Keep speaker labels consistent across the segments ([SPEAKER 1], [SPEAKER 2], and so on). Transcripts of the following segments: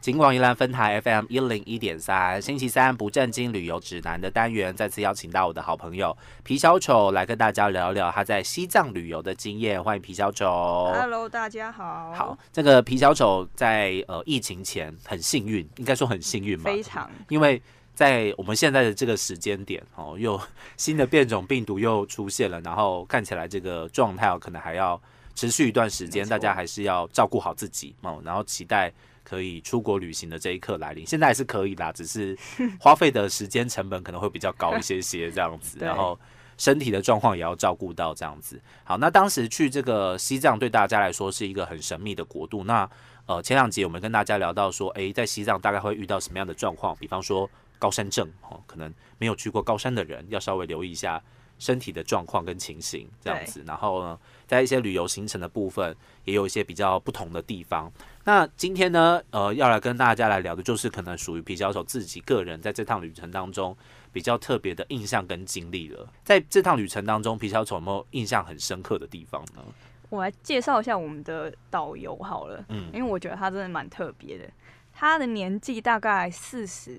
[SPEAKER 1] 金广宜兰分台 FM 一零一点三，星期三不正经旅游指南的单元，再次邀请到我的好朋友皮小丑来跟大家聊聊他在西藏旅游的经验。欢迎皮小丑。
[SPEAKER 2] Hello，大家好。
[SPEAKER 1] 好，，这个皮小丑在呃疫情前很幸运，应该说很幸运吧，
[SPEAKER 2] 非常
[SPEAKER 1] 因为在我们现在的这个时间点，哦，又 新的变种病毒又出现了，然后看起来这个状态哦可能还要持续一段时间，
[SPEAKER 2] 没错
[SPEAKER 1] 大家还是要照顾好自己哦，然后期待可以出国旅行的这一刻来临。现在还是可以啦，只是花费的时间成本可能会比较高一些些这样子，
[SPEAKER 2] 对
[SPEAKER 1] 然后。身体的状况也要照顾到这样子。好，那当时去这个西藏对大家来说是一个很神秘的国度。那呃，前两集我们跟大家聊到说，诶，在西藏大概会遇到什么样的状况？比方说高山症，哦，可能没有去过高山的人要稍微留意一下身体的状况跟情形这样子。然后呢，在一些旅游行程的部分，也有一些比较不同的地方。那今天呢，呃，要来跟大家来聊的就是可能属于皮小手自己个人在这趟旅程当中比较特别的印象跟经历了。在这趟旅程当中，皮小丑有没有印象很深刻的地方呢？
[SPEAKER 2] 我来介绍一下我们的导游好了，
[SPEAKER 1] 嗯
[SPEAKER 2] 因为我觉得他真的蛮特别的。他的年纪大概四十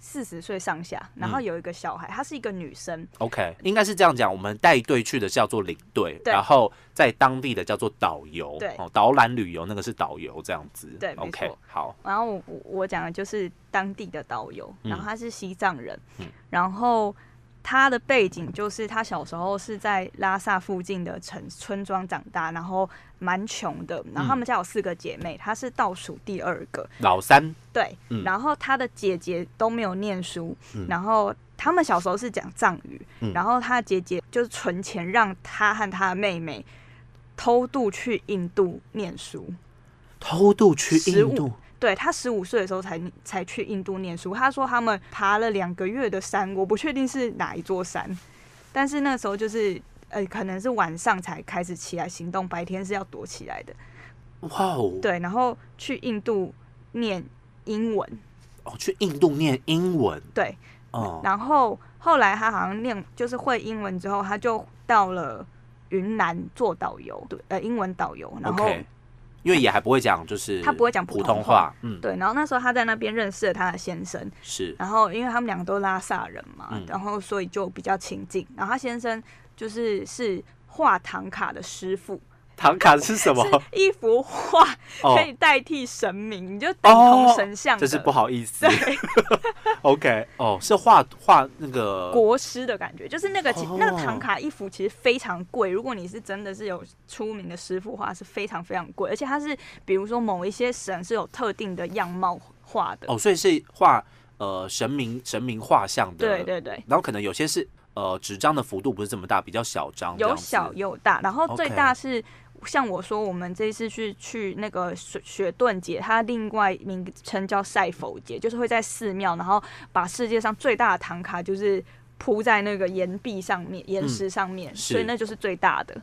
[SPEAKER 2] 四十岁上下，然后
[SPEAKER 1] 嗯
[SPEAKER 2] 有一个小孩，她是一个女生，
[SPEAKER 1] OK，应该是这样讲，我们带队去的叫做领队，
[SPEAKER 2] 对
[SPEAKER 1] 然后在当地的叫做导游，
[SPEAKER 2] 对
[SPEAKER 1] 哦，导览旅游那个是导游这样子，
[SPEAKER 2] 对没
[SPEAKER 1] ，OK，
[SPEAKER 2] 错
[SPEAKER 1] 好，
[SPEAKER 2] 然后我我讲的就是当地的导游，
[SPEAKER 1] 嗯
[SPEAKER 2] 然后他是西藏人，
[SPEAKER 1] 嗯
[SPEAKER 2] 然后他的背景就是他小时候是在拉萨附近的城村庄长大，然后蛮穷的，然后他们家有四个姐妹，她是倒数第二个，
[SPEAKER 1] 老三，
[SPEAKER 2] 对，
[SPEAKER 1] 嗯
[SPEAKER 2] 然后她的姐姐都没有念书，
[SPEAKER 1] 嗯
[SPEAKER 2] 然后。他们小时候是讲藏语，
[SPEAKER 1] 嗯
[SPEAKER 2] 然后她姐姐就是存钱让她和她妹妹偷渡去印度念书。
[SPEAKER 1] 偷渡去印
[SPEAKER 2] 15
[SPEAKER 1] 度，
[SPEAKER 2] 对他十五岁的时候才才去印度念书。他说他们爬了两个月的山，我不确定是哪一座山，但是那时候就是呃，可能是晚上才开始起来行动，白天是要躲起来的。
[SPEAKER 1] 哇哦，
[SPEAKER 2] 对，然后去印度念英文，
[SPEAKER 1] 哦，去印度念英文，
[SPEAKER 2] 对，
[SPEAKER 1] 哦，
[SPEAKER 2] 然后后来他好像念就是会英文之后，他就到了云南做导游，对，呃，英文导游，然后。
[SPEAKER 1] OK，因为也还不会讲，就是
[SPEAKER 2] 他不会讲
[SPEAKER 1] 普
[SPEAKER 2] 普
[SPEAKER 1] 通
[SPEAKER 2] 通
[SPEAKER 1] 话
[SPEAKER 2] 话，
[SPEAKER 1] 嗯，
[SPEAKER 2] 对，然后那时候他在那边认识了他的先生，
[SPEAKER 1] 是，
[SPEAKER 2] 然后因为他们两个都拉萨人嘛，
[SPEAKER 1] 嗯
[SPEAKER 2] 然后所以就比较亲近。然后他先生就是是画唐卡的师傅，
[SPEAKER 1] 唐卡是什 么？
[SPEAKER 2] 是一幅画
[SPEAKER 1] 哦
[SPEAKER 2] 可以代替神明，你就等同神像的，
[SPEAKER 1] 这是不好意思 ，OK，哦，是画画那个
[SPEAKER 2] 国师的感觉。就是那个其、
[SPEAKER 1] 哦
[SPEAKER 2] 那个唐卡一幅其实非常贵，如果你是真的是有出名的师傅画，是非常非常贵，而且它是比如说某一些神是有特定的样貌画的。
[SPEAKER 1] 哦，所以是画呃神明神明画像的，
[SPEAKER 2] 对对对，
[SPEAKER 1] 然后可能有些是呃纸张的幅度不是这么大，比较小张这
[SPEAKER 2] 有
[SPEAKER 1] 样子，
[SPEAKER 2] 小有大，然后
[SPEAKER 1] OK
[SPEAKER 2] 最大是。像我说，我们这一次去去那个雪雪顿节，它另外名称叫赛佛节，就是会在寺庙，然后把世界上最大的唐卡就是铺在那个岩壁上面、岩石上面，
[SPEAKER 1] 嗯是
[SPEAKER 2] 所以那就是最大的，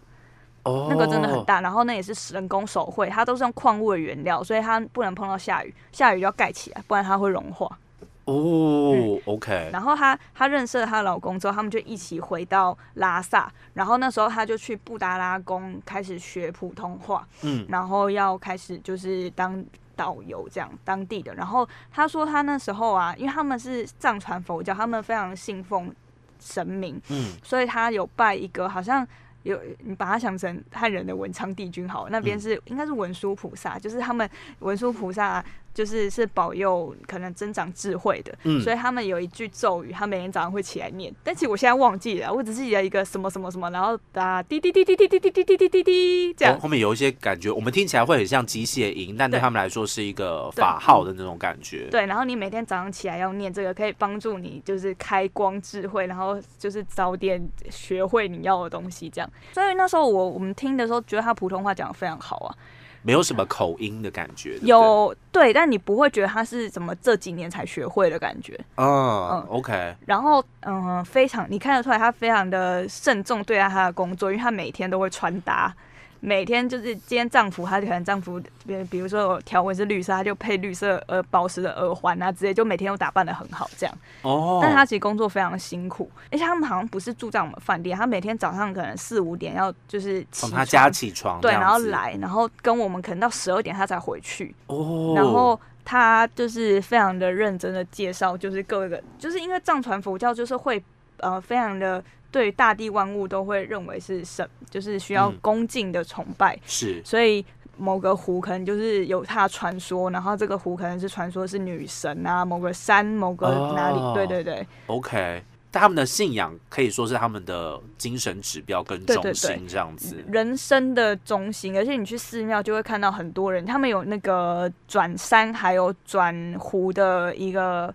[SPEAKER 1] 哦，
[SPEAKER 2] 那个真的很。大。然后那也是人工手绘，它都是用矿物的原料，所以它不能碰到下雨，下雨就要盖起来，不然它会融化。嗯
[SPEAKER 1] 哦，OK，
[SPEAKER 2] 然后她她认识了她老公之后，他们就一起回到拉萨。然后那时候她就去布达拉宫开始学普通话，
[SPEAKER 1] 嗯，
[SPEAKER 2] 然后要开始就是当导游这样当地的。然后她说她那时候啊，因为他们是藏传佛教，他们非常信奉神明，
[SPEAKER 1] 嗯，
[SPEAKER 2] 所以她有拜一个好像。有你把它想成汉人的文昌帝君好了，那
[SPEAKER 1] 嗯
[SPEAKER 2] 边是、应该是文殊菩萨，就是他们文殊菩萨就是是保佑可能增长智慧的，
[SPEAKER 1] 嗯
[SPEAKER 2] 所以他们有一句咒语，他每天早上会起来念。但其实我现在忘记了，我只记得一个什么什么什么，然后打滴滴滴滴滴滴滴滴滴滴滴滴这样
[SPEAKER 1] 后。后面有一些感觉，我们听起来会很像机械音，但对
[SPEAKER 2] 对
[SPEAKER 1] 他们来说是一个
[SPEAKER 2] 对
[SPEAKER 1] 法号的那种感觉。
[SPEAKER 2] 对，然后你每天早上起来要念这个，可以帮助你就是开光智慧，然后就是早点学会你要的东西这样。所以那时候我我们听的时候，觉得他普通话讲的非常好啊，
[SPEAKER 1] 没有什么口音的感觉。对不对，
[SPEAKER 2] 有对，但你不会觉得他是怎么这几年才学会的感觉。
[SPEAKER 1] 嗯
[SPEAKER 2] 嗯
[SPEAKER 1] ，OK，
[SPEAKER 2] 然后，嗯，非常，你看得出来他非常的慎重对待他的工作，因为他每天都会穿搭，每天就是今天丈夫，他可能丈夫，比比如说有条纹是绿色，他就配绿色呃宝石的耳环啊之类，就每天都打扮的很好这样。
[SPEAKER 1] 哦，
[SPEAKER 2] 但他其实工作非常辛苦，而且他们好像不是住在我们饭店，他每天早上可能四五点要就是起
[SPEAKER 1] 从他家
[SPEAKER 2] 床
[SPEAKER 1] 起床，
[SPEAKER 2] 对，
[SPEAKER 1] 这样
[SPEAKER 2] 然后
[SPEAKER 1] 子
[SPEAKER 2] 来，然后跟我们可能到十二点他才回去，
[SPEAKER 1] 哦，
[SPEAKER 2] 然后他就是非常的认真的介绍，就是各个，就是因为藏传佛教就是会呃非常的对大地万物都会认为是神，就是需要
[SPEAKER 1] 嗯
[SPEAKER 2] 恭敬的崇拜，
[SPEAKER 1] 是
[SPEAKER 2] 所以某个湖可能就是有它的传说，然后这个湖可能是传说是女神啊，某个山，某个哪里，
[SPEAKER 1] 哦
[SPEAKER 2] 对对对
[SPEAKER 1] OK。但他们的信仰可以说是他们的精神指标跟
[SPEAKER 2] 对对
[SPEAKER 1] 中
[SPEAKER 2] 对
[SPEAKER 1] 心这样子。
[SPEAKER 2] 人生的中心，而且你去寺庙就会看到很多人，他们有那个转山还有转湖的一个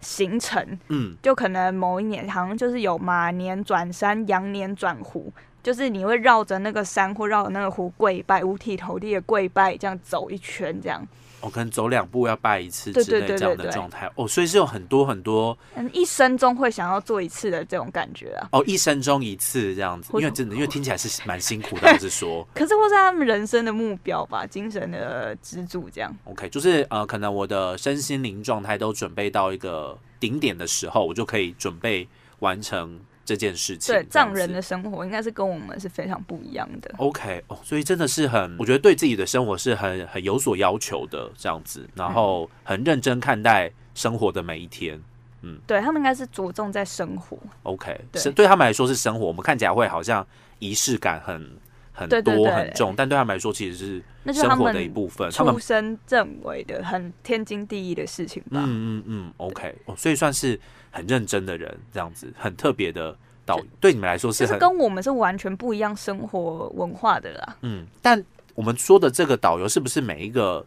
[SPEAKER 2] 行程，
[SPEAKER 1] 嗯，
[SPEAKER 2] 就可能某一年好像就是有马年转山，羊年转湖，就是你会绕着那个山或绕着那个湖跪拜，五体投地的跪拜，这样走一圈，这样，
[SPEAKER 1] 我、哦可能走两步要拜一次
[SPEAKER 2] 对
[SPEAKER 1] 之
[SPEAKER 2] 对
[SPEAKER 1] 类
[SPEAKER 2] 对
[SPEAKER 1] 这样
[SPEAKER 2] 对
[SPEAKER 1] 的
[SPEAKER 2] 对
[SPEAKER 1] 状态哦，所以是有很多很多
[SPEAKER 2] 嗯，一生中会想要做一次的这种感觉啊。
[SPEAKER 1] 哦，一生中一次这样子，
[SPEAKER 2] 或
[SPEAKER 1] 因为真的， 因为听起来是蛮辛苦的，我是说
[SPEAKER 2] 可是或是他们人生的目标吧，精神的支柱这样。
[SPEAKER 1] ，OK，就是呃，可能我的身心灵状态都准备到一个顶点的时候，我就可以准备完成这件事情。
[SPEAKER 2] 对，
[SPEAKER 1] 这样
[SPEAKER 2] 藏人
[SPEAKER 1] 子
[SPEAKER 2] 的生活应该是跟我们是非常不一样的。
[SPEAKER 1] OK 哦，所以真的是很，我觉得对自己的生活是很很有所要求的这样子，
[SPEAKER 2] 嗯
[SPEAKER 1] 然后很认真看待生活的每一天。
[SPEAKER 2] 对他们应该是着重在生活，
[SPEAKER 1] OK，
[SPEAKER 2] 对
[SPEAKER 1] 是对他们来说是生活，我们看起来会好像仪式感很很
[SPEAKER 2] 对
[SPEAKER 1] 多
[SPEAKER 2] 对对
[SPEAKER 1] 很重，但对他们来说其实
[SPEAKER 2] 那
[SPEAKER 1] 是
[SPEAKER 2] 就是他
[SPEAKER 1] 生活的一
[SPEAKER 2] 们
[SPEAKER 1] 部分。他们
[SPEAKER 2] 出生认为的很天经地义的事情吧。
[SPEAKER 1] 嗯嗯嗯，OK 哦，所以算是很认真的人，这样子很特别的导，对你们来说是
[SPEAKER 2] 就
[SPEAKER 1] 很
[SPEAKER 2] 是跟我们是完全不一样生活文化的啦。
[SPEAKER 1] 嗯，但我们说的这个导游是不是每一个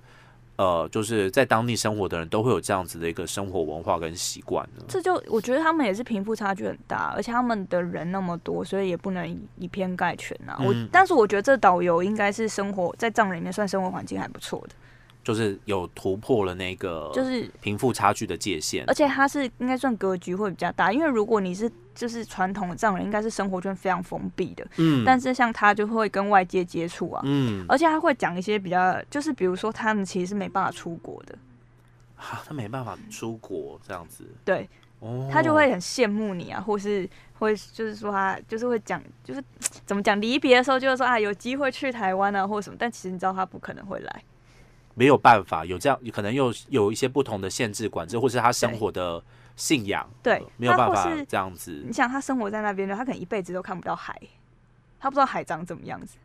[SPEAKER 1] 呃，就是在当地生活的人都会有这样子的一个生活文化跟习惯呢？
[SPEAKER 2] 这就我觉得他们也是贫富差距很大，而且他们的人那么多，所以也不能以以偏概全啊。我
[SPEAKER 1] 嗯
[SPEAKER 2] 但是我觉得这导游应该是生活在藏人里面算生活环境还不错的，
[SPEAKER 1] 就是有突破了那个
[SPEAKER 2] 就是
[SPEAKER 1] 贫富差距的界限
[SPEAKER 2] 而，且他是应该算格局会比较大，因为如果你是就是传统的藏人，应该是生活圈非常封闭的，
[SPEAKER 1] 嗯
[SPEAKER 2] 但是像他就会跟外界接触啊，
[SPEAKER 1] 嗯，
[SPEAKER 2] 而且他会讲一些比较，就是比如说他们其实是没办法出国的，
[SPEAKER 1] 啊他没办法出国这样子，
[SPEAKER 2] 对
[SPEAKER 1] 哦，
[SPEAKER 2] 他就会很羡慕你啊，或是会就是说他就是会讲，就是怎么讲离别的时候就会说啊有机会去台湾啊或什么，但其实你知道他不可能会来，
[SPEAKER 1] 没有办法有这样，可能又有一些不同的限制管制，或是他生活的信仰，呃
[SPEAKER 2] 对，
[SPEAKER 1] 没有
[SPEAKER 2] 那
[SPEAKER 1] 办
[SPEAKER 2] 或
[SPEAKER 1] 法
[SPEAKER 2] 是
[SPEAKER 1] 这样子
[SPEAKER 2] 你，想他生活在那边的，他可能一辈子都看不到海，他不知道海长怎么样子，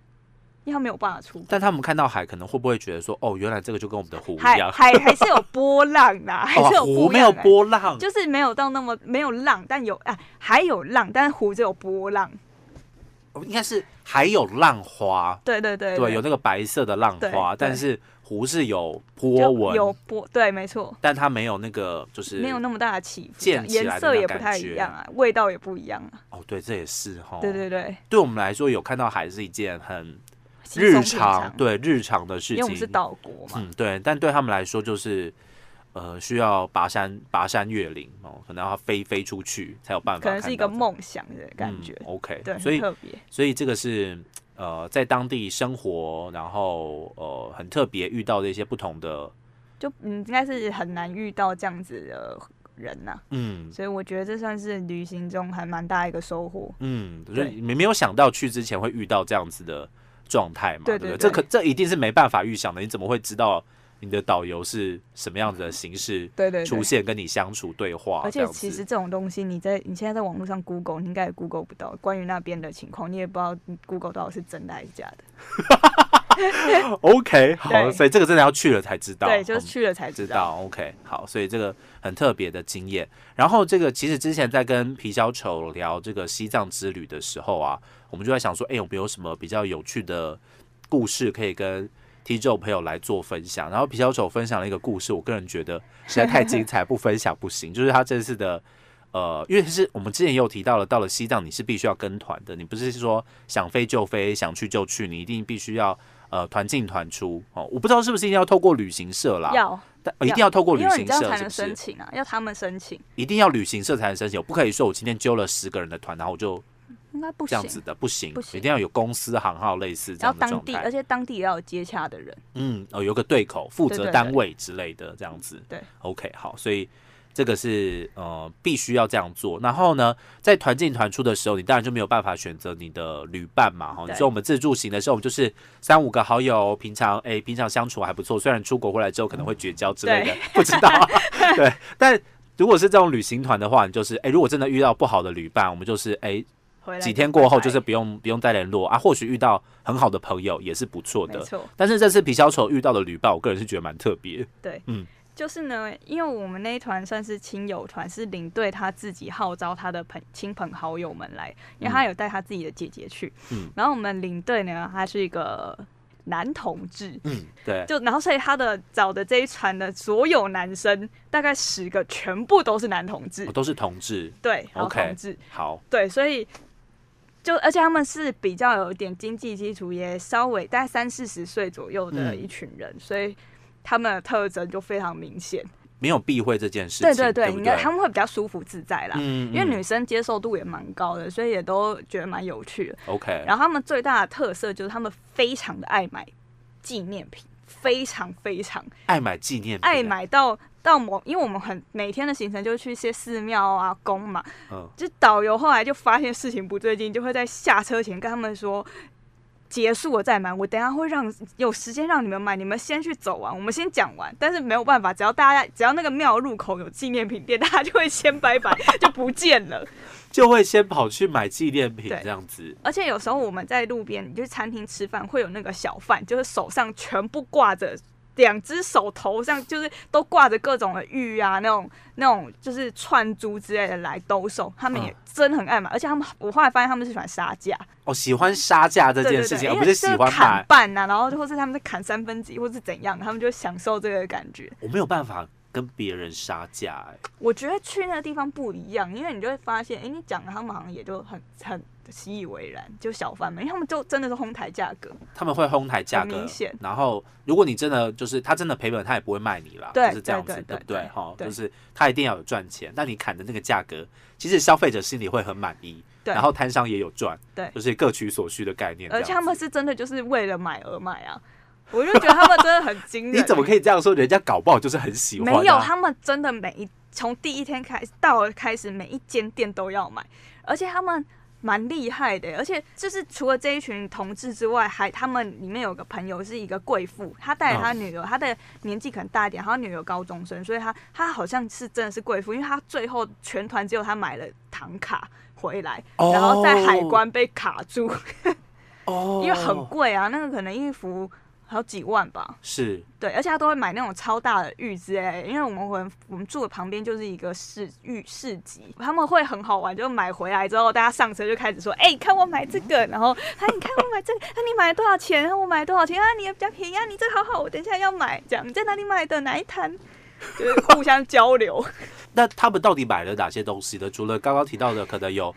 [SPEAKER 2] 因为他没有办法出国。
[SPEAKER 1] 但他们看到海，可能会不会觉得说，哦，原来这个就跟我们的湖一
[SPEAKER 2] 海
[SPEAKER 1] 样，
[SPEAKER 2] 海还是有波 浪啦，还
[SPEAKER 1] 哦
[SPEAKER 2] 是有
[SPEAKER 1] 湖
[SPEAKER 2] 不一
[SPEAKER 1] 没
[SPEAKER 2] 样
[SPEAKER 1] 有
[SPEAKER 2] 的
[SPEAKER 1] 波浪，
[SPEAKER 2] 就是没有到那么没有浪，但有啊，还有浪，但是湖只有波浪。
[SPEAKER 1] 应该是还有浪花，
[SPEAKER 2] 对对对
[SPEAKER 1] 对，有那个白色的浪
[SPEAKER 2] 对
[SPEAKER 1] 花，
[SPEAKER 2] 对
[SPEAKER 1] 但是湖是有
[SPEAKER 2] 就
[SPEAKER 1] 波纹，
[SPEAKER 2] 有波，对，没错，
[SPEAKER 1] 但它没有那个就是
[SPEAKER 2] 没有那么大的起伏，
[SPEAKER 1] 溅起来的
[SPEAKER 2] 颜色也
[SPEAKER 1] 那
[SPEAKER 2] 不
[SPEAKER 1] 感
[SPEAKER 2] 太
[SPEAKER 1] 觉
[SPEAKER 2] 一样啊，味道也不一样啊。
[SPEAKER 1] 哦，对，这也是哈，
[SPEAKER 2] 对，对对，
[SPEAKER 1] 对我们来说有看到海是一件很
[SPEAKER 2] 稀松
[SPEAKER 1] 日
[SPEAKER 2] 平
[SPEAKER 1] 常，，对日常的事
[SPEAKER 2] 因为我们是
[SPEAKER 1] 情，
[SPEAKER 2] 岛国嘛，
[SPEAKER 1] 嗯，对，但对他们来说就是。呃，需要跋山跋山越岭哦，可能要飞飞出去才有办法
[SPEAKER 2] 可
[SPEAKER 1] 看到
[SPEAKER 2] 能
[SPEAKER 1] 这，
[SPEAKER 2] 是一个梦想的感觉，
[SPEAKER 1] 嗯、OK，
[SPEAKER 2] 对，
[SPEAKER 1] 所
[SPEAKER 2] 很
[SPEAKER 1] 以
[SPEAKER 2] 特别。
[SPEAKER 1] 所以这个是呃，在当地生活，然后呃，很特别遇到的一些不同的，
[SPEAKER 2] 就嗯，应该是很难遇到这样子的人呐、
[SPEAKER 1] 嗯
[SPEAKER 2] 所以我觉得这算是旅行中还蛮大一个收获。
[SPEAKER 1] 嗯，就是
[SPEAKER 2] 对
[SPEAKER 1] 你没有想到去之前会遇到这样子的状态嘛，
[SPEAKER 2] 对
[SPEAKER 1] 不
[SPEAKER 2] 对
[SPEAKER 1] 对？
[SPEAKER 2] 对
[SPEAKER 1] 这可这一定是没办法预想的，你怎么会知道你的导游是什么样子的形式
[SPEAKER 2] 对对对
[SPEAKER 1] 出。现，跟你相处对话？啊
[SPEAKER 2] 而
[SPEAKER 1] 这
[SPEAKER 2] 且
[SPEAKER 1] 样
[SPEAKER 2] 其
[SPEAKER 1] 子
[SPEAKER 2] 实这种东西，你在你现在在网络上 Google，你应该也 Google 不到关于那边的情况，你也不知道 Google 到底是真的还是假的。
[SPEAKER 1] 哦 OK，好，
[SPEAKER 2] 对
[SPEAKER 1] 所以这个真的要去了才知道，
[SPEAKER 2] 对，就是
[SPEAKER 1] 嗯
[SPEAKER 2] 去了才
[SPEAKER 1] 知
[SPEAKER 2] 知道。
[SPEAKER 1] 道，OK，好，所以这个很特别的经验。然后这个其实之前在跟皮小丑聊这个西藏之旅的时候啊，我们就在想说，哎、有没有什么比较有趣的故事可以跟听众朋友来做分享？然后皮小丑分享了一个故事，我个人觉得实在太精彩，不分享不行。就是他这次的。呃，因为是我们之前也有提到了，到了西藏你是必须要跟团的，你不是说想飞就飞，想去就去，你一定必须要呃团进团出哦。我不知道是不是一定要透过旅行社啦，
[SPEAKER 2] 要，
[SPEAKER 1] 但呃一定要透过旅
[SPEAKER 2] 因为你
[SPEAKER 1] 行
[SPEAKER 2] 这
[SPEAKER 1] 社，
[SPEAKER 2] 样才
[SPEAKER 1] 是
[SPEAKER 2] 能
[SPEAKER 1] 不
[SPEAKER 2] 申
[SPEAKER 1] 是？
[SPEAKER 2] 请啊，要他们申请，
[SPEAKER 1] 一定要旅行社才能申请，我不可以说我今天揪了十个人的团，然后我就
[SPEAKER 2] 应该不
[SPEAKER 1] 这
[SPEAKER 2] 行
[SPEAKER 1] 样。子的，不行，
[SPEAKER 2] 不行
[SPEAKER 1] 一定要有公司行号类似这样
[SPEAKER 2] 然后
[SPEAKER 1] 的
[SPEAKER 2] 当
[SPEAKER 1] 状
[SPEAKER 2] 地，而
[SPEAKER 1] 态。
[SPEAKER 2] 且当地也要有接洽的人，
[SPEAKER 1] 嗯，哦，有个对口，负
[SPEAKER 2] 对对
[SPEAKER 1] 责
[SPEAKER 2] 对
[SPEAKER 1] 单位之类的这样子。
[SPEAKER 2] 对
[SPEAKER 1] ，OK，好，所以这个是呃必须要这样做。然后呢，在团进团出的时候，你当然就没有办法选择你的旅伴嘛，哈。
[SPEAKER 2] 对
[SPEAKER 1] 你说我们自助行的时候，我们就是三五个好友，平常哎、平常相处还不错，虽然出国回来之后可能会绝交之类的， 不知道，啊 对。但如果是这种旅行团的话，你就是哎、如果真的遇到不好的旅伴，我们就是哎、
[SPEAKER 2] 回来
[SPEAKER 1] 几
[SPEAKER 2] 就
[SPEAKER 1] 天过后就是
[SPEAKER 2] 拜
[SPEAKER 1] 不用不用再联络啊，或许遇到很好的朋友也是不错
[SPEAKER 2] 拜没
[SPEAKER 1] 的。
[SPEAKER 2] 错，
[SPEAKER 1] 但是这次皮小丑遇到的旅伴，我个人是觉得蛮特别。
[SPEAKER 2] 就是呢，因为我们那一团算是亲友团，是领队他自己号召他的朋亲朋好友们来，因为他有带他自己的姐姐去。
[SPEAKER 1] 嗯
[SPEAKER 2] 然后我们领队呢，他是一个男同志，
[SPEAKER 1] 嗯，对，
[SPEAKER 2] 就然后所以他的找的这一船的所有男生，大概十个全部都是男同志
[SPEAKER 1] 我，都是同志。
[SPEAKER 2] 对，然后
[SPEAKER 1] 哦 OK
[SPEAKER 2] 同志，
[SPEAKER 1] 好，
[SPEAKER 2] 对，所以就而且他们是比较有一点经济基础，也稍微大概三四十岁左右的
[SPEAKER 1] 嗯
[SPEAKER 2] 一群人，所以他们的特征就非常明显。
[SPEAKER 1] 没有避讳这件事情，
[SPEAKER 2] 对
[SPEAKER 1] 对
[SPEAKER 2] 对，
[SPEAKER 1] 不
[SPEAKER 2] 应该他们会比较舒服自在啦。
[SPEAKER 1] 嗯，
[SPEAKER 2] 因为
[SPEAKER 1] 嗯
[SPEAKER 2] 女生接受度也蛮高的，所以也都觉得蛮有趣的。
[SPEAKER 1] OK，
[SPEAKER 2] 然后他们最大的特色就是他们非常的爱买纪念品，非常非常
[SPEAKER 1] 爱买纪念品，啊
[SPEAKER 2] 爱，买到到某，因为我们很每天的行程就去一些寺庙啊、宫嘛，
[SPEAKER 1] 嗯，
[SPEAKER 2] 就导游后来就发现事情不对劲，就会在下车前跟他们说。结束了再买，我等一下会让有时间让你们买，你们先去走完，我们先讲完。但是没有办法，只要大家只要那个庙入口有纪念品店，大家就会先拜拜，就不见了。
[SPEAKER 1] 就会先跑去买纪念品
[SPEAKER 2] 对
[SPEAKER 1] 这样子，
[SPEAKER 2] 而且有时候我们在路边，你去餐厅吃饭，会有那个小贩，就是手上全部挂着。两只手头上就是都挂着各种的玉啊，那种那种就是串珠之类的来兜售，他们也
[SPEAKER 1] 嗯
[SPEAKER 2] 真的很爱买，而且他们我后来发现他们是喜欢杀价
[SPEAKER 1] 哦，喜欢杀价这
[SPEAKER 2] 对
[SPEAKER 1] 件
[SPEAKER 2] 对
[SPEAKER 1] 事
[SPEAKER 2] 对，
[SPEAKER 1] 情，
[SPEAKER 2] 因
[SPEAKER 1] 而
[SPEAKER 2] 为
[SPEAKER 1] 不是喜
[SPEAKER 2] 就是
[SPEAKER 1] 欢
[SPEAKER 2] 砍
[SPEAKER 1] 买，
[SPEAKER 2] 半呐、然后或是他们在砍三分之一，或是怎样，他们就享受这个感觉。
[SPEAKER 1] 我没有办法跟别人杀价，哎，
[SPEAKER 2] 我觉得去那个地方不一样，因为你就会发现，哎，你讲的他们好像也就很很习以为然，就小贩们，因为他们就真的是哄抬价格，
[SPEAKER 1] 他们会哄抬价
[SPEAKER 2] 很
[SPEAKER 1] 格
[SPEAKER 2] 明显，
[SPEAKER 1] 然后如果你真的就是他真的赔本，他也不会卖你啦，
[SPEAKER 2] 对
[SPEAKER 1] 就是这样子，
[SPEAKER 2] 对
[SPEAKER 1] 对
[SPEAKER 2] 对
[SPEAKER 1] 不对？
[SPEAKER 2] 对
[SPEAKER 1] 哈，
[SPEAKER 2] 对
[SPEAKER 1] 就是他一定要有赚钱，但你砍的那个价格，其实消费者心里会很满意，
[SPEAKER 2] 对
[SPEAKER 1] 然后摊商也有赚，
[SPEAKER 2] 对
[SPEAKER 1] 就是各取所需的概念，
[SPEAKER 2] 而
[SPEAKER 1] 这
[SPEAKER 2] 且他
[SPEAKER 1] 样子
[SPEAKER 2] 们是真的就是为了买而买啊，我就觉得他们真的很惊人。欸
[SPEAKER 1] 你怎么可以这样说？人家搞不好就是很喜欢、啊，
[SPEAKER 2] 没有，他们真的每一从第一天开始到开始，每一间店都要买，而且他们蛮厉害的，欸而且就是除了这一群同志之外，还他们里面有个朋友是一个贵妇，她带着她女儿，她的年纪可能大一点，然后女儿有高中生，所以她她好像是真的是贵妇，因为她最后全团只有她买了唐卡回来，
[SPEAKER 1] 哦
[SPEAKER 2] 然后在海关被卡住，
[SPEAKER 1] 哦，
[SPEAKER 2] 因为很贵啊，那个可能一服好几万吧，
[SPEAKER 1] 是
[SPEAKER 2] 对，而且他都会买那种超大的玉之类的，因为我们可能我们住的旁边就是一个市玉市集，他们会很好玩，就买回来之后，大家上车就开始说，哎、你看我买这个，然后哎、你看我买这个，啊，你买了多少钱？啊，我买多少钱啊？你也比较便宜啊，你这个好好，我等一下要买，这样你在哪里买的？哪一摊？ 就是互相交流，
[SPEAKER 1] 那他们到底买了哪些东西呢？除了刚刚提到的，可能有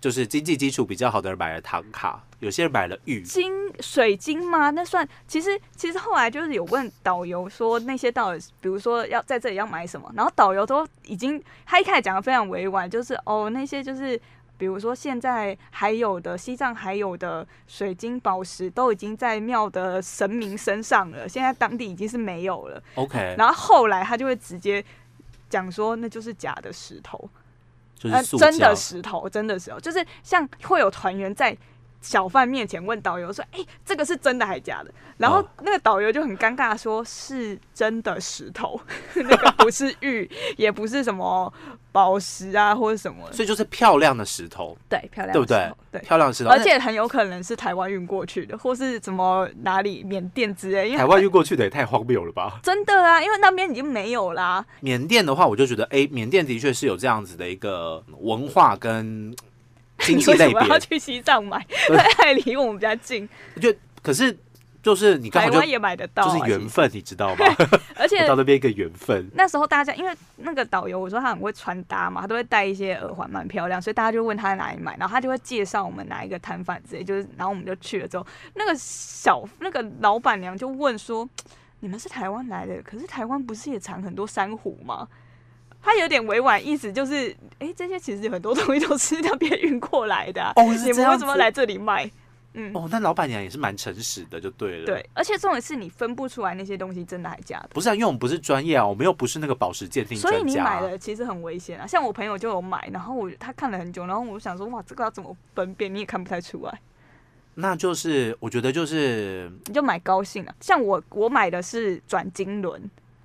[SPEAKER 1] 就是经济基础比较好的人买了唐卡，有些人买了玉，
[SPEAKER 2] 金水晶吗？那算其实其实后来就是有问导游说那些到底，比如说要在这里要买什么，然后导游都已经他一开始讲的非常委婉，就是哦那些就是比如说现在还有的西藏还有的水晶宝石都已经在庙的神明身上了，现在当地已经是没有了。
[SPEAKER 1] OK，
[SPEAKER 2] 然后呃后来他就会直接讲说那就是假的石头，
[SPEAKER 1] 就是
[SPEAKER 2] 呃，
[SPEAKER 1] 塑
[SPEAKER 2] 真
[SPEAKER 1] 胶
[SPEAKER 2] 的。石头，真的石头，就是像会有团员在小贩面前问导游说：“哎、这个是真的还假的？”然后
[SPEAKER 1] 哦
[SPEAKER 2] 那个导游就很尴尬地说：“是真的石头， 那个不是玉，也不是什么宝石啊或者什么的。
[SPEAKER 1] 所以就是漂亮的石头，
[SPEAKER 2] 对，漂亮，
[SPEAKER 1] 对不对？
[SPEAKER 2] 对。”
[SPEAKER 1] 漂亮的石头，
[SPEAKER 2] 而且很有可能是台湾运过去的，或是什么哪里缅甸之类，因
[SPEAKER 1] 那
[SPEAKER 2] 为
[SPEAKER 1] 哎台湾运过去的也太荒谬了吧！
[SPEAKER 2] 真的啊，因为那边已经没有啦、
[SPEAKER 1] 缅甸的话，我就觉得，哎、缅甸的确是有这样子的一个文化跟经
[SPEAKER 2] 你
[SPEAKER 1] 济
[SPEAKER 2] 为什
[SPEAKER 1] 类
[SPEAKER 2] 么要
[SPEAKER 1] 别，
[SPEAKER 2] 去西 藏买？
[SPEAKER 1] 对
[SPEAKER 2] 它离我们比较近，
[SPEAKER 1] 就可是就是你刚
[SPEAKER 2] 台
[SPEAKER 1] 好就
[SPEAKER 2] 湾也买得到、啊，
[SPEAKER 1] 就是
[SPEAKER 2] 其
[SPEAKER 1] 缘
[SPEAKER 2] 实
[SPEAKER 1] 分，你知道 吗？
[SPEAKER 2] 而且
[SPEAKER 1] 到那边一个缘分，
[SPEAKER 2] 那时候大家因为那个导游，我说他很会穿搭嘛，他都会戴一些耳环，蛮漂亮，所以大家就问他在哪里买，然后他就会介绍我们哪一个摊贩之类，就是然后我们就去了之后，那个小那个老板娘就问说：“你们是台湾来的，可是台湾不是也产很多珊瑚吗？”他有点委婉意思，就是哎、诶这些其实有很多东西都是那边运过来的啊、
[SPEAKER 1] 哦是
[SPEAKER 2] 你
[SPEAKER 1] 这
[SPEAKER 2] 们
[SPEAKER 1] 样
[SPEAKER 2] 为什么
[SPEAKER 1] 子
[SPEAKER 2] 来这里卖？嗯，
[SPEAKER 1] 哦，那老板娘也是蛮诚实的，就对了。，
[SPEAKER 2] 对，而且重点是你分不出来那些东西真的还假的。
[SPEAKER 1] 不是啊，因为我们不是专业啊，我们又不是那个宝石鉴定专
[SPEAKER 2] 所
[SPEAKER 1] 家、啊
[SPEAKER 2] 以你买了其实很危险啊，像我朋友就有买，然后我他看了很久，然后我想说哇，这个要怎么分辨？你也看不太出来，
[SPEAKER 1] 那就是我觉得就是
[SPEAKER 2] 你就买高兴啊。像我我买的是转经轮，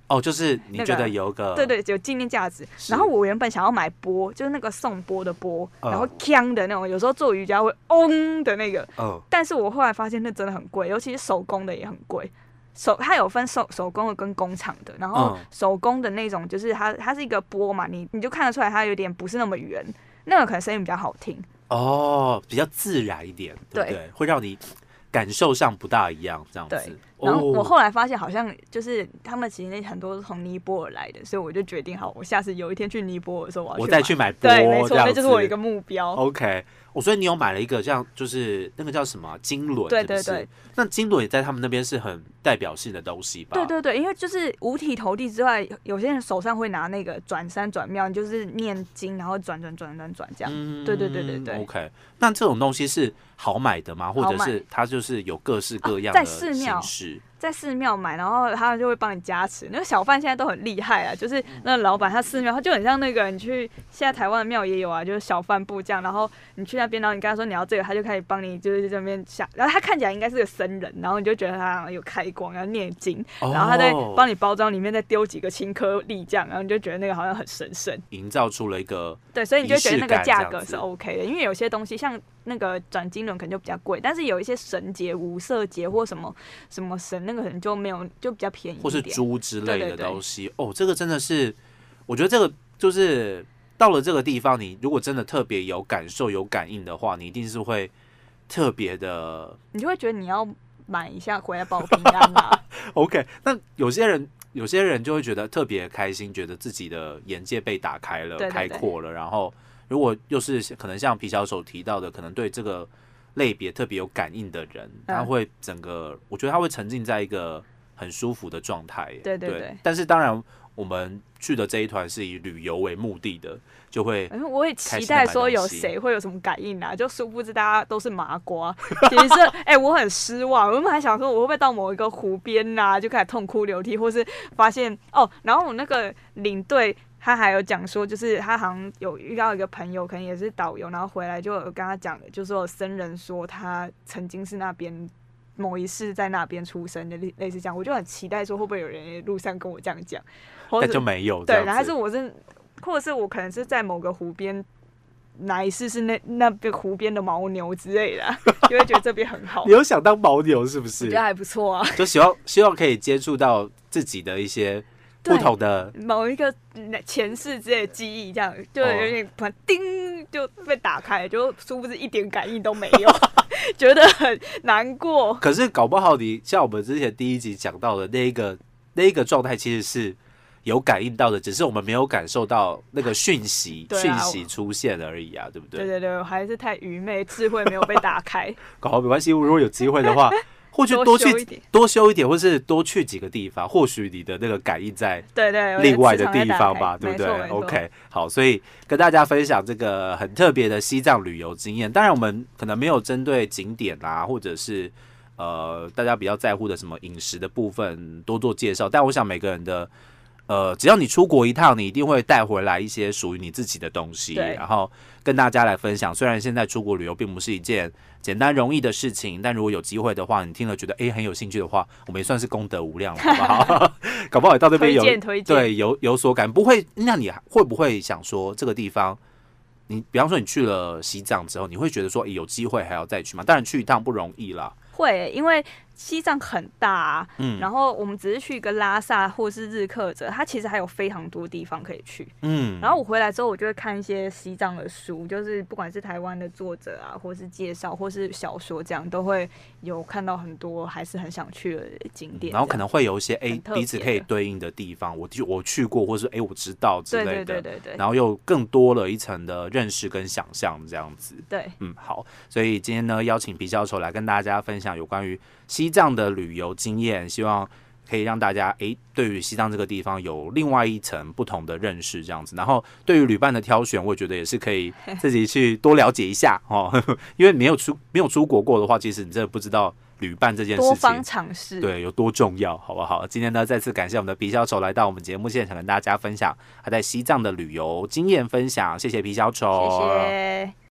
[SPEAKER 1] 哦，就是你觉得有个、
[SPEAKER 2] 对对，有纪念价值。
[SPEAKER 1] 嗯是
[SPEAKER 2] 然后我原本想要买波，就是那个送波的波，
[SPEAKER 1] 嗯
[SPEAKER 2] 然后锵的那种，有时候做瑜伽会嗡的那个。
[SPEAKER 1] 嗯
[SPEAKER 2] 但是我后来发现那真的很贵，尤其是手工的也很贵。手它有分手手工的跟工厂的，然后
[SPEAKER 1] 嗯
[SPEAKER 2] 手工的那种就是它它是一个波嘛，你你就看得出来它有点不是那么圆，那个可能声音比较好听。
[SPEAKER 1] 哦，比较自然一点，对不对？
[SPEAKER 2] 对
[SPEAKER 1] 会让你感受上不大一样，这样
[SPEAKER 2] 对
[SPEAKER 1] 子。
[SPEAKER 2] 然后我
[SPEAKER 1] 哦
[SPEAKER 2] 后来发现好像就是他们其实那很多都是从尼泊尔来的，所以我就决定好，我下次有一天去尼泊尔的时候我要
[SPEAKER 1] 我
[SPEAKER 2] 去
[SPEAKER 1] 再
[SPEAKER 2] 买
[SPEAKER 1] 去买波，
[SPEAKER 2] 对，没错，
[SPEAKER 1] 这样
[SPEAKER 2] 那
[SPEAKER 1] 子
[SPEAKER 2] 就是我一个目标。
[SPEAKER 1] OK，我、所以你有买了一个这样，就是那个叫什么啊金轮，
[SPEAKER 2] 对
[SPEAKER 1] 是不
[SPEAKER 2] 对
[SPEAKER 1] 是
[SPEAKER 2] 对。
[SPEAKER 1] 那金轮也在他们那边是很代表性的东西吧？
[SPEAKER 2] 对对对，因为就是五体投地之外，有些人手上会拿那个转山转庙，你就是念经，然后转转转转转这样。
[SPEAKER 1] 嗯
[SPEAKER 2] 对对对对对
[SPEAKER 1] OK，那这种东西是好买的吗？或
[SPEAKER 2] 好
[SPEAKER 1] 者
[SPEAKER 2] 买啊
[SPEAKER 1] 是它就是有各式各样
[SPEAKER 2] 在
[SPEAKER 1] 的
[SPEAKER 2] 寺
[SPEAKER 1] 形
[SPEAKER 2] 庙
[SPEAKER 1] 式？
[SPEAKER 2] 在寺庙买，然后他就会帮你加持。那个小贩现在都很厉害啊，就是那个老板他寺庙，他就很像那个你去现在台湾的庙也有啊，就是小贩部这样。然后你去那边，然后你跟他说你要这个，他就开始帮你就是这边下。然后他看起来应该是个僧人，然后你就觉得他好像有开光，然后念经，然后他再
[SPEAKER 1] 哦
[SPEAKER 2] 帮你包装，里面再丢几个青颗粒这样，然后你就觉得那个好像很神圣。
[SPEAKER 1] 营造出了一个
[SPEAKER 2] 对，所以你就会觉得那
[SPEAKER 1] 仪
[SPEAKER 2] 个
[SPEAKER 1] 式感
[SPEAKER 2] 价
[SPEAKER 1] 这
[SPEAKER 2] 格
[SPEAKER 1] 样子
[SPEAKER 2] 是 OK 的，因为有些东西像那个转经轮可能就比较贵，但是有一些神节、无色节或什么什么神，那个可能就没有，就比较便宜
[SPEAKER 1] 或
[SPEAKER 2] 一
[SPEAKER 1] 是
[SPEAKER 2] 点。
[SPEAKER 1] 猪之类的
[SPEAKER 2] 对对对
[SPEAKER 1] 东西。哦，这个真的是，我觉得这个就是到了这个地方，你如果真的特别有感受、有感应的话，你一定是会特别的
[SPEAKER 2] 你就会觉得你要买一下回来保平安啊。
[SPEAKER 1] OK。那有些人。有些人就会觉得特别开心，觉得自己的眼界被打开了、
[SPEAKER 2] 对对
[SPEAKER 1] 开
[SPEAKER 2] 对
[SPEAKER 1] 阔了。然后，如果又是可能像皮小手提到的，可能对这个类别特别有感应的人，他
[SPEAKER 2] 嗯
[SPEAKER 1] 会整个，我觉得他会沉浸在一个很舒服的状态耶。
[SPEAKER 2] 对对对
[SPEAKER 1] 但是当然，我们去的这一团是以旅游为目的的，就会
[SPEAKER 2] 然后嗯我也
[SPEAKER 1] 开
[SPEAKER 2] 期
[SPEAKER 1] 心地
[SPEAKER 2] 待
[SPEAKER 1] 买
[SPEAKER 2] 说
[SPEAKER 1] 东
[SPEAKER 2] 有
[SPEAKER 1] 西
[SPEAKER 2] 谁会有什么感应啊，就殊不知大家都是麻瓜。 其实是哎、我很失望，我原本还想说我会不会到某一个湖边呐、就开始痛哭流涕，或是发现哦，然后我那个领队。他还有讲说，就是他好像有遇到一个朋友，可能也是导游，然后回来就有跟他讲，就是有僧人说他曾经是那边某一世在那边出生的，类类似这样。我就很期待说会不会有人路上跟我这样讲，或
[SPEAKER 1] 但
[SPEAKER 2] 者
[SPEAKER 1] 就没有这
[SPEAKER 2] 对，
[SPEAKER 1] 样
[SPEAKER 2] 然后还
[SPEAKER 1] 子
[SPEAKER 2] 是我是，或者是我可能是在某个湖边，哪一世是那那边湖边的牦牛之类的啊， 就会觉得这边很好
[SPEAKER 1] 你，有想当牦牛是不
[SPEAKER 2] 我
[SPEAKER 1] 是
[SPEAKER 2] 觉？得还不错啊。
[SPEAKER 1] 就希望希望可以接触到自己的一些不
[SPEAKER 2] 对
[SPEAKER 1] 同的
[SPEAKER 2] 某一个前世之类的记忆，这样就
[SPEAKER 1] 哦
[SPEAKER 2] 有点突然叮就被打开，就殊不知一点感应都没有， 觉得很难过。
[SPEAKER 1] 可是搞不好你像我们之前第一集讲到的那一个那一个状态，其实是有感应到的，只是我们没有感受到那个讯息
[SPEAKER 2] 对
[SPEAKER 1] 讯、
[SPEAKER 2] 啊
[SPEAKER 1] 息出现而已啊，对不对？
[SPEAKER 2] 对对对，我还是太愚昧，智慧没有被打 开。
[SPEAKER 1] 搞好没关系，如果有机会的 话，或许多
[SPEAKER 2] 多
[SPEAKER 1] 去
[SPEAKER 2] 修一点
[SPEAKER 1] 多修一点，或是多去几个地方，或许你的那个感应在
[SPEAKER 2] 对对，我
[SPEAKER 1] 另外
[SPEAKER 2] 磁
[SPEAKER 1] 的
[SPEAKER 2] 场
[SPEAKER 1] 地
[SPEAKER 2] 被打
[SPEAKER 1] 方
[SPEAKER 2] 开
[SPEAKER 1] 吧，对不
[SPEAKER 2] 没错
[SPEAKER 1] 对
[SPEAKER 2] 没错
[SPEAKER 1] ？OK，好，所以跟大家分享这个很特别的西藏旅游经验。当然，我们可能没有针对景点啊，或者是呃大家比较在乎的什么饮食的部分多做介绍，但我想每个人的。呃，只要你出国一趟，你一定会带回来一些属于你自己的东西，
[SPEAKER 2] 对
[SPEAKER 1] 然后跟大家来分享。虽然现在出国旅游并不是一件简单容易的事情，但如果有机会的话，你听了觉得诶很有兴趣的话，我们也算是功德无 量了，好不好？ 搞不好也到那边有
[SPEAKER 2] 推荐推荐
[SPEAKER 1] 对有有所感，不会？那你会不会想说这个地方？你比方说你去了西藏之后，你会觉得说诶有机会还要再去吗？当然去一趟不容易啦，
[SPEAKER 2] 会，因为西藏很大、啊，
[SPEAKER 1] 嗯
[SPEAKER 2] 然后我们只是去一个拉萨或是日喀则，它其实还有非常多地方可以去。
[SPEAKER 1] 嗯，
[SPEAKER 2] 然后我回来之后，我就会看一些西藏的书，就是不管是台湾的作者啊，或是介绍，或是小说，这样都会有看到很多还是很想去的景点这样。
[SPEAKER 1] 嗯然后可能会有一些诶
[SPEAKER 2] 很特别
[SPEAKER 1] 彼此可以
[SPEAKER 2] 的
[SPEAKER 1] 对应的地方，我去我去过，或者是诶我知道之
[SPEAKER 2] 对
[SPEAKER 1] 类
[SPEAKER 2] 对
[SPEAKER 1] 的
[SPEAKER 2] 对，对对
[SPEAKER 1] 然后又更多了一层的认识跟想象这样子。
[SPEAKER 2] 对，
[SPEAKER 1] 嗯，好，所以今天呢，邀请皮教授来跟大家分享有关于西藏的旅游经验，希望可以让大家诶对于西藏这个地方有另外一层不同的认识，这样子。然后对于旅伴的挑选，我也觉得也是可以自己去多了解一下 哦，因为没有出没有出国过的话，其实你真的不知道旅伴这件
[SPEAKER 2] 多
[SPEAKER 1] 事
[SPEAKER 2] 方
[SPEAKER 1] 情。
[SPEAKER 2] 尝试。
[SPEAKER 1] 对，有多重要，好不好？今天呢，再次感谢我们的皮小丑来到我们节目现场，跟大家分享他在西藏的旅游经验分享。谢谢皮小丑，
[SPEAKER 2] 谢谢。